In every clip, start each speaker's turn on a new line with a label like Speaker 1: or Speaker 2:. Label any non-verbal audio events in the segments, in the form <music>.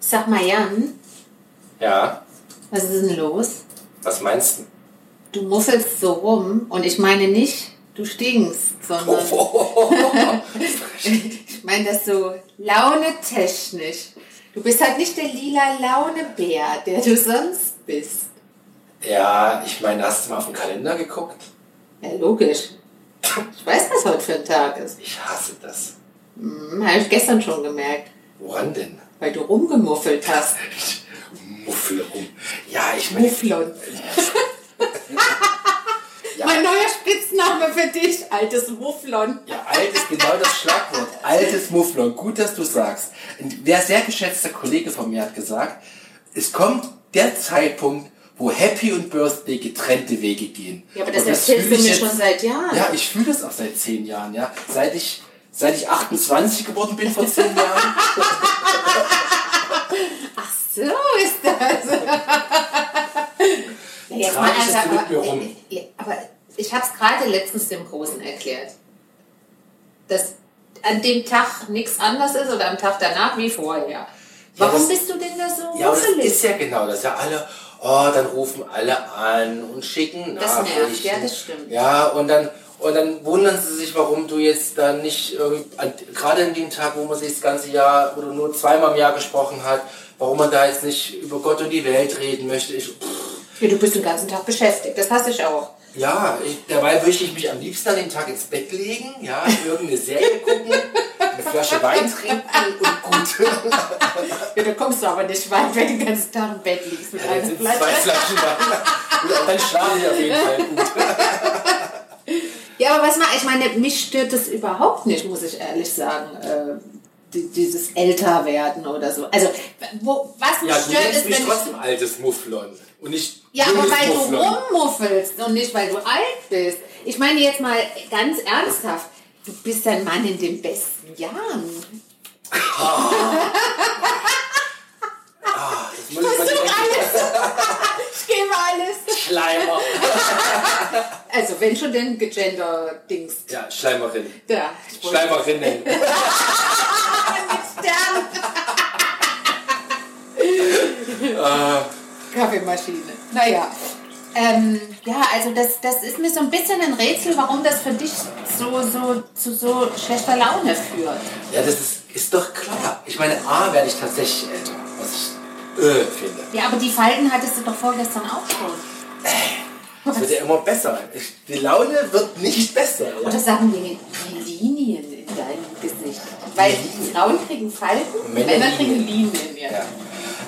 Speaker 1: Sag mal, Jan,
Speaker 2: Ja,
Speaker 1: was ist denn los?
Speaker 2: was meinst du?
Speaker 1: Du muffelst so rum und ich meine nicht, du stinkst, sondern <laughs> ich meine das so launetechnisch. Du bist halt nicht der lila Launebär, der du sonst bist.
Speaker 2: <laughs> Ja, ich meine, hast du mal auf den Kalender geguckt?
Speaker 1: Ja, logisch. Ich weiß, was heute für ein Tag ist.
Speaker 2: Ich hasse das.
Speaker 1: Hm, Habe ich gestern schon gemerkt,
Speaker 2: Woran denn?
Speaker 1: weil du rumgemuffelt hast.
Speaker 2: Muffel rum. Ja, ich meine,
Speaker 1: Mufflon.
Speaker 2: Ja.
Speaker 1: Mein neuer Spitzname für dich, altes Mufflon.
Speaker 2: ja, alt ist genau das Schlagwort. Altes Mufflon. Gut, dass du sagst. Ein der sehr geschätzte Kollege von mir hat gesagt, es kommt der Zeitpunkt, wo Happy und Birthday getrennte Wege gehen.
Speaker 1: Ja, aber das
Speaker 2: Und
Speaker 1: erzählst
Speaker 2: fühle
Speaker 1: du
Speaker 2: ich
Speaker 1: mir
Speaker 2: jetzt-
Speaker 1: schon seit Jahren.
Speaker 2: Ja, ich fühle das auch seit zehn Jahren, ja. Seit ich, seit ich 28 geworden bin vor zehn Jahren.
Speaker 1: So ist das. Ja, <laughs> Jetzt mal
Speaker 2: Tragisches
Speaker 1: ernsthaft,
Speaker 2: Glück mir
Speaker 1: aber-
Speaker 2: rum.
Speaker 1: Ja, aber ich habe es gerade letztens dem Großen erklärt, dass an dem Tag nichts anders ist oder am Tag danach wie vorher. Warum
Speaker 2: das-
Speaker 1: bist du denn da so
Speaker 2: Ja, aber das
Speaker 1: muffelig?
Speaker 2: ist ja genau das. Ja, alle, oh, dann rufen alle an und schicken
Speaker 1: Das nervt,
Speaker 2: Nachrichten.
Speaker 1: ja, das stimmt.
Speaker 2: Ja, und dann, und dann wundern sie sich, warum du jetzt dann nicht, irgendwie, an- gerade in dem Tag, wo man sich das ganze Jahr oder nur zweimal im Jahr gesprochen hat, warum man da jetzt nicht über Gott und die Welt reden möchte. Ich, pff,
Speaker 1: Ja, du bist den ganzen Tag beschäftigt, das hasse ich auch.
Speaker 2: ja, ich, dabei möchte ich mich am liebsten an dem Tag ins Bett legen, ja, irgendeine Serie gucken, eine Flasche Wein trinken und gut.
Speaker 1: Ja, da kommst du aber nicht weit, wenn du den ganzen Tag im Bett liegst mit
Speaker 2: Dann
Speaker 1: einem
Speaker 2: sind
Speaker 1: Blatt.
Speaker 2: zwei Flaschen Wein. Dann schlafen wir auf jeden Fall gut.
Speaker 1: Ja, aber was mal, ich meine, mich stört das überhaupt nicht, muss ich ehrlich sagen. Äh, die- dieses Älterwerden oder so. Also, wo, was mich
Speaker 2: Ja, du
Speaker 1: stört,
Speaker 2: nennst
Speaker 1: ist,
Speaker 2: mich
Speaker 1: wenn ich.
Speaker 2: trotzdem altes Mufflon. Und nicht
Speaker 1: Ja, aber
Speaker 2: junges
Speaker 1: weil du
Speaker 2: Mufflon.
Speaker 1: rummuffelst und nicht, weil du alt bist. Ich meine jetzt mal ganz ernsthaft, du bist ein Mann in den besten Jahren.
Speaker 2: Ah, Das muss ich mal direkt
Speaker 1: <laughs> Ich gebe alles.
Speaker 2: Schleimer.
Speaker 1: Also, wenn schon denn Gegender-Dings.
Speaker 2: Ja, Schleimerin.
Speaker 1: Da. Ich wollte-
Speaker 2: Schleimerinnen.
Speaker 1: mit Stern. Kaffeemaschine. Naja. Ähm, ja, also das, das ist mir so ein bisschen ein Rätsel, warum das für dich so, so, zu so schlechter Laune führt.
Speaker 2: Ja, das ist, ist doch klar. Ich meine, A werde ich tatsächlich älter. Was ich äh, finde.
Speaker 1: Ja, aber die Falten hattest du doch vorgestern auch schon.
Speaker 2: Das wird ja immer besser. Ich, die Laune wird nicht besser.
Speaker 1: Oder sagen wir die Linien in deinem Gesicht? Weil Frauen kriegen Falten,
Speaker 2: Männer
Speaker 1: Männer kriegen
Speaker 2: Linien.
Speaker 1: Linien. Ja.
Speaker 2: Ja,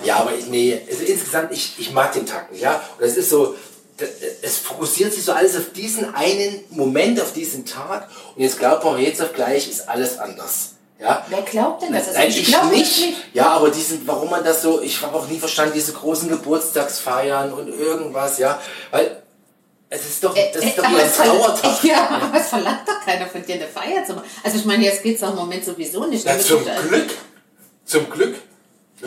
Speaker 2: ja aber ich, nee, also insgesamt, ich, ich mag den Takt nicht, ja. Und es ist so, d- es fokussiert sich so alles auf diesen einen Moment, auf diesen Tag. Und jetzt glaubt man, jetzt auf gleich ist alles anders. Ja?
Speaker 1: Wer glaubt denn das? Also
Speaker 2: Nein,
Speaker 1: ich
Speaker 2: ich,
Speaker 1: glaub
Speaker 2: nicht.
Speaker 1: das nicht.
Speaker 2: Ja, aber diesen, warum man das so, ich habe auch nie verstanden, diese großen Geburtstagsfeiern und irgendwas, ja. Weil es ist doch, das ist doch
Speaker 1: Äh, aber
Speaker 2: nur ein
Speaker 1: es verlangt- <laughs>
Speaker 2: Trauertag.
Speaker 1: Ja, aber es verlangt doch keiner von dir eine Feier zu machen. Also ich meine, jetzt geht es doch im Moment sowieso nicht.
Speaker 2: Na,
Speaker 1: damit du
Speaker 2: zum
Speaker 1: da-
Speaker 2: Glück. Zum Glück.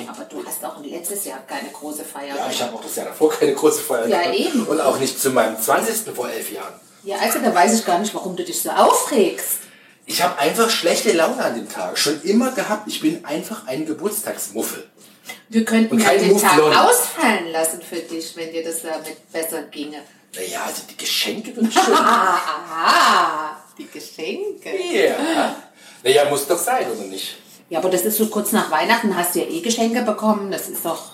Speaker 1: Aber du hast auch letztes Jahr keine große Feier
Speaker 2: Ja, ich
Speaker 1: gemacht.
Speaker 2: habe auch das Jahr davor keine große Feier
Speaker 1: Ja,
Speaker 2: gemacht.
Speaker 1: eben.
Speaker 2: Und auch nicht zu meinem 20. vor elf Jahren.
Speaker 1: Ja, also da weiß ich gar nicht, warum du dich so aufregst.
Speaker 2: Ich habe einfach schlechte Laune an dem Tag. Schon immer gehabt. Ich bin einfach ein Geburtstagsmuffel.
Speaker 1: Wir könnten
Speaker 2: Und
Speaker 1: ja
Speaker 2: kein
Speaker 1: den Tag
Speaker 2: Mufflon.
Speaker 1: ausfallen lassen für dich, wenn dir das damit besser ginge.
Speaker 2: Naja, also die Geschenke sind schön.
Speaker 1: Ah, die Geschenke.
Speaker 2: Ja. Naja, muss doch sein, oder nicht?
Speaker 1: Ja, aber das ist so kurz nach Weihnachten, hast du ja eh Geschenke bekommen. Das ist doch...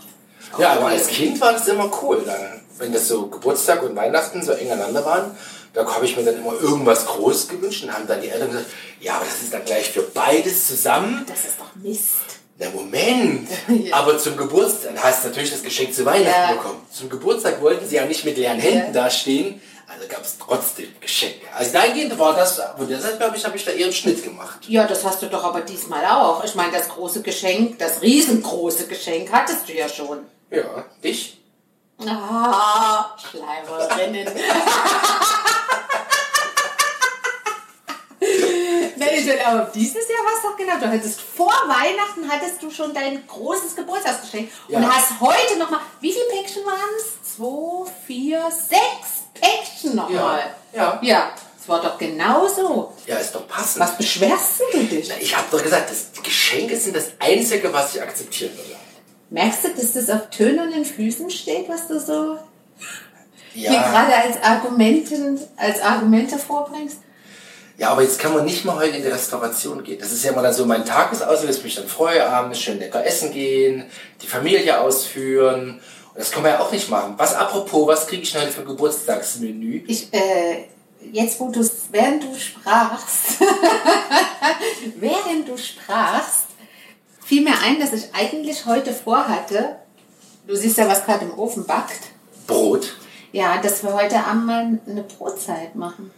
Speaker 2: Ja, aber als Kind war das immer cool. Dann, wenn das so Geburtstag und Weihnachten so eng aneinander waren, da habe ich mir dann immer irgendwas Großes gewünscht und haben dann die Eltern gesagt, ja, aber das ist dann gleich für beides zusammen.
Speaker 1: Das ist doch Mist.
Speaker 2: Na Moment,
Speaker 1: <laughs> Ja.
Speaker 2: aber zum Geburtstag, dann hast du natürlich das Geschenk zu Weihnachten
Speaker 1: Ja.
Speaker 2: bekommen. Zum Geburtstag wollten sie ja nicht mit leeren Händen dastehen, also gab es trotzdem Geschenke. Also dahingehend war das, von der Seite glaube ich, habe ich da eher einen Schnitt gemacht.
Speaker 1: Ja, das hast du doch aber diesmal auch. Ich meine, das große Geschenk, das riesengroße Geschenk hattest du ja schon.
Speaker 2: Ja, dich?
Speaker 1: Ah,
Speaker 2: <laughs>
Speaker 1: Schleimerinnen. Nein, ich aber dieses Jahr war es doch genau. Du hattest vor Weihnachten hattest du schon dein großes Geburtstagsgeschenk
Speaker 2: Ja.
Speaker 1: und hast heute noch mal. Wie viele Päckchen waren es? Zwei, vier, sechs Päckchen noch
Speaker 2: Ja.
Speaker 1: mal.
Speaker 2: Ja.
Speaker 1: Ja, es war doch genauso.
Speaker 2: Ja, ist doch passend.
Speaker 1: Was beschwerst du dich?
Speaker 2: Na, ich habe doch gesagt, das, die Geschenke sind das Einzige, was ich akzeptieren würde.
Speaker 1: Merkst du, dass das auf tönernen Füßen steht, was du so hier
Speaker 2: Ja.
Speaker 1: gerade als, Argumenten, als Argumente vorbringst?
Speaker 2: ja, aber jetzt kann man nicht mal heute in die Restauration gehen. Das ist ja immer dann so mein Tagesausflug, dass ich mich dann freue, abends schön lecker essen gehen, die Familie ausführen. Und das kann man ja auch nicht machen. Was apropos, was kriege ich denn heute für Geburtstagsmenü?
Speaker 1: Ich, äh, jetzt wo du während du sprachst, <laughs> während du sprachst, fiel mir ein, dass ich eigentlich heute vorhatte, du siehst ja, was gerade im Ofen backt,
Speaker 2: Brot.
Speaker 1: ja, dass wir heute Abend mal eine Brotzeit machen.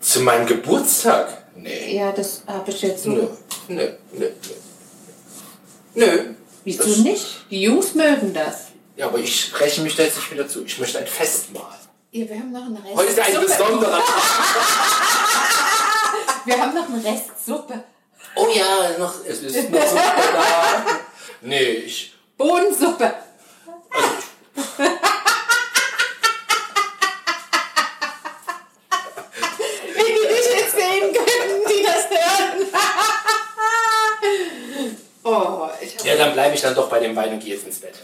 Speaker 2: Zu meinem Geburtstag? Nee.
Speaker 1: Ja, das habe ich jetzt so.
Speaker 2: Nö. Nö. Nö. Nö. Nö. Das-
Speaker 1: Wieso nicht? Die Jungs mögen das.
Speaker 2: Ja, aber ich spreche mich da jetzt nicht wieder zu. Ich möchte ein Festmahl.
Speaker 1: Ja, wir haben noch einen Rest.
Speaker 2: Heute ist ein
Speaker 1: Suppe.
Speaker 2: besonderer Tag.
Speaker 1: Wir haben noch einen Rest Suppe.
Speaker 2: Oh ja, noch, es ist
Speaker 1: <laughs>
Speaker 2: noch so da. Nee, ich.
Speaker 1: Bohnensuppe. Wenn die dich jetzt sehen könnten, die das hören. <laughs> oh, ich hab...
Speaker 2: Ja, dann bleibe ich dann doch bei dem Wein und gehe jetzt ins Bett.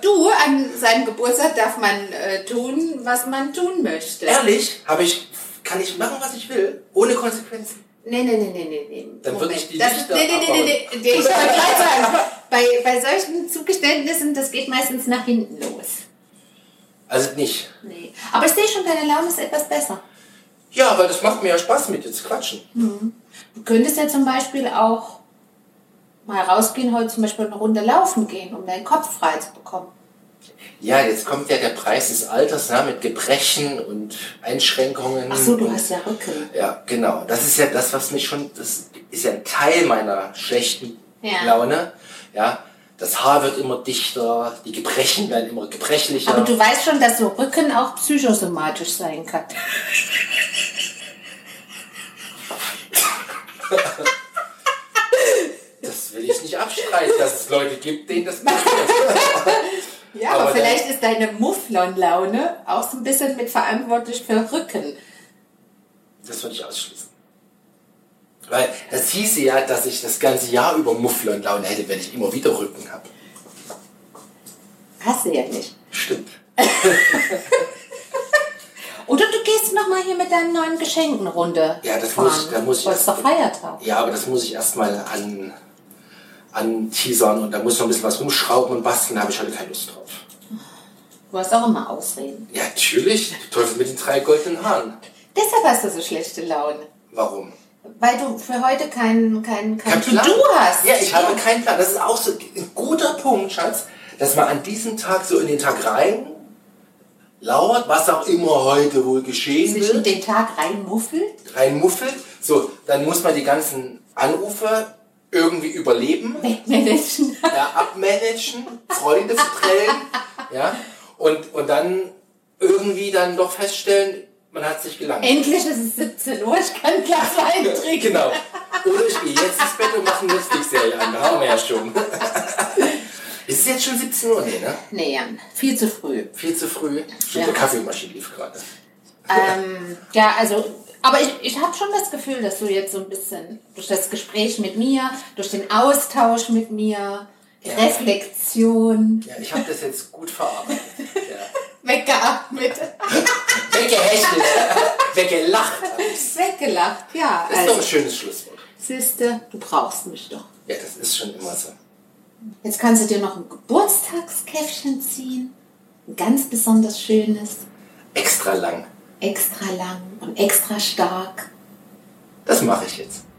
Speaker 1: Du, an seinem Geburtstag darf man äh, tun, was man tun möchte.
Speaker 2: Ehrlich? Habe ich. Kann ich machen, was ich will? Ohne Konsequenzen?
Speaker 1: Nee, nee, nee, nee, nee, nee.
Speaker 2: Dann würde ich die
Speaker 1: das,
Speaker 2: Lichter
Speaker 1: nee, nee, nee, nee, nee, nee, ich wollte gerade sagen, bei, bei solchen Zugeständnissen, das geht meistens nach hinten los.
Speaker 2: Also nicht.
Speaker 1: Nee. Aber ich sehe schon, deine Laune ist etwas besser.
Speaker 2: Ja, weil das macht mir ja Spaß mit dir zu quatschen.
Speaker 1: Du könntest ja zum Beispiel auch mal rausgehen, heute zum Beispiel eine Runde laufen gehen, um deinen Kopf frei zu bekommen.
Speaker 2: Ja, jetzt kommt ja der Preis des Alters ne, mit Gebrechen und Einschränkungen.
Speaker 1: Ach so, du
Speaker 2: und-
Speaker 1: hast ja Rücken.
Speaker 2: Ja, genau. Das ist ja das, was mich schon, das ist ja ein Teil meiner schlechten
Speaker 1: Ja.
Speaker 2: Laune. Ja, das Haar wird immer dichter, die Gebrechen werden immer gebrechlicher.
Speaker 1: Aber du weißt schon, dass so Rücken auch psychosomatisch sein kann.
Speaker 2: das will ich nicht abstreiten, dass es Leute gibt, denen
Speaker 1: <laughs>
Speaker 2: das passiert.
Speaker 1: Ja, aber,
Speaker 2: Aber
Speaker 1: vielleicht ist deine Mufflon-Laune auch so ein bisschen mit verantwortlich für Rücken.
Speaker 2: Das würde ich ausschließen. Weil das hieße ja, dass ich das ganze Jahr über Mufflon-Laune hätte, wenn ich immer wieder Rücken habe.
Speaker 1: Hast du ja nicht.
Speaker 2: Stimmt.
Speaker 1: Oder du gehst nochmal hier mit deinen neuen Geschenken runde.
Speaker 2: Ja, das muss ich-
Speaker 1: fahren.
Speaker 2: da muss ich-
Speaker 1: Heute ist doch Feiertag.
Speaker 2: Ja, aber das muss ich erstmal an, anteasern und da muss ich noch ein bisschen was rumschrauben und basteln, da habe ich heute keine Lust drauf.
Speaker 1: Du hast auch immer Ausreden.
Speaker 2: Ja, natürlich. Teufel mit den drei goldenen Haaren.
Speaker 1: Deshalb hast du so schlechte Laune.
Speaker 2: Warum?
Speaker 1: Weil du für heute keinen kein, kein,
Speaker 2: Kein
Speaker 1: kein
Speaker 2: Plan.
Speaker 1: To-Do hast.
Speaker 2: Ja, ich habe keinen Plan. Das ist auch so ein guter Punkt, Schatz, dass man an diesem Tag so in den Tag rein lauert, was auch immer heute wohl geschehen
Speaker 1: zwischen
Speaker 2: wird,
Speaker 1: den Tag reinmuffelt.
Speaker 2: reinmuffelt. So, dann muss man die ganzen Anrufe irgendwie überleben,
Speaker 1: Managen.
Speaker 2: ja, abmanagen, Freunde vertrellen, ja, und, und dann irgendwie dann doch feststellen, man hat sich gelangt.
Speaker 1: Endlich ist es 17 Uhr, ich kann ein <laughs> Glas Wein trinken.
Speaker 2: Genau. Oder ich gehe jetzt ins Bett und mache eine Netflix-Serie an. Da haben wir ja schon. <laughs> Es ist jetzt schon 17 Uhr, nee, ne?
Speaker 1: Nee, Jan, viel zu früh.
Speaker 2: Viel zu früh. Stimmt,
Speaker 1: Ja.
Speaker 2: die Kaffeemaschine lief gerade.
Speaker 1: ähm, ja, also, aber ich, ich habe schon das Gefühl, dass du jetzt so ein bisschen durch das Gespräch mit mir, durch den Austausch mit mir, die
Speaker 2: Ja.
Speaker 1: Reflexion,
Speaker 2: Ja, ich habe das jetzt gut verarbeitet. Ja.
Speaker 1: weggeatmet,
Speaker 2: <laughs> Weggehechtet. Weggelacht.
Speaker 1: <laughs>
Speaker 2: Das
Speaker 1: weggelacht. Ja,
Speaker 2: ist doch
Speaker 1: also,
Speaker 2: ein schönes Schlusswort.
Speaker 1: siehste, du brauchst mich doch.
Speaker 2: Ja, das ist schon immer so.
Speaker 1: Jetzt kannst du dir noch ein Geburtstagskäffchen ziehen. Ein ganz besonders schönes,
Speaker 2: Extra lang.
Speaker 1: extra lang und extra stark.
Speaker 2: Das mache ich jetzt.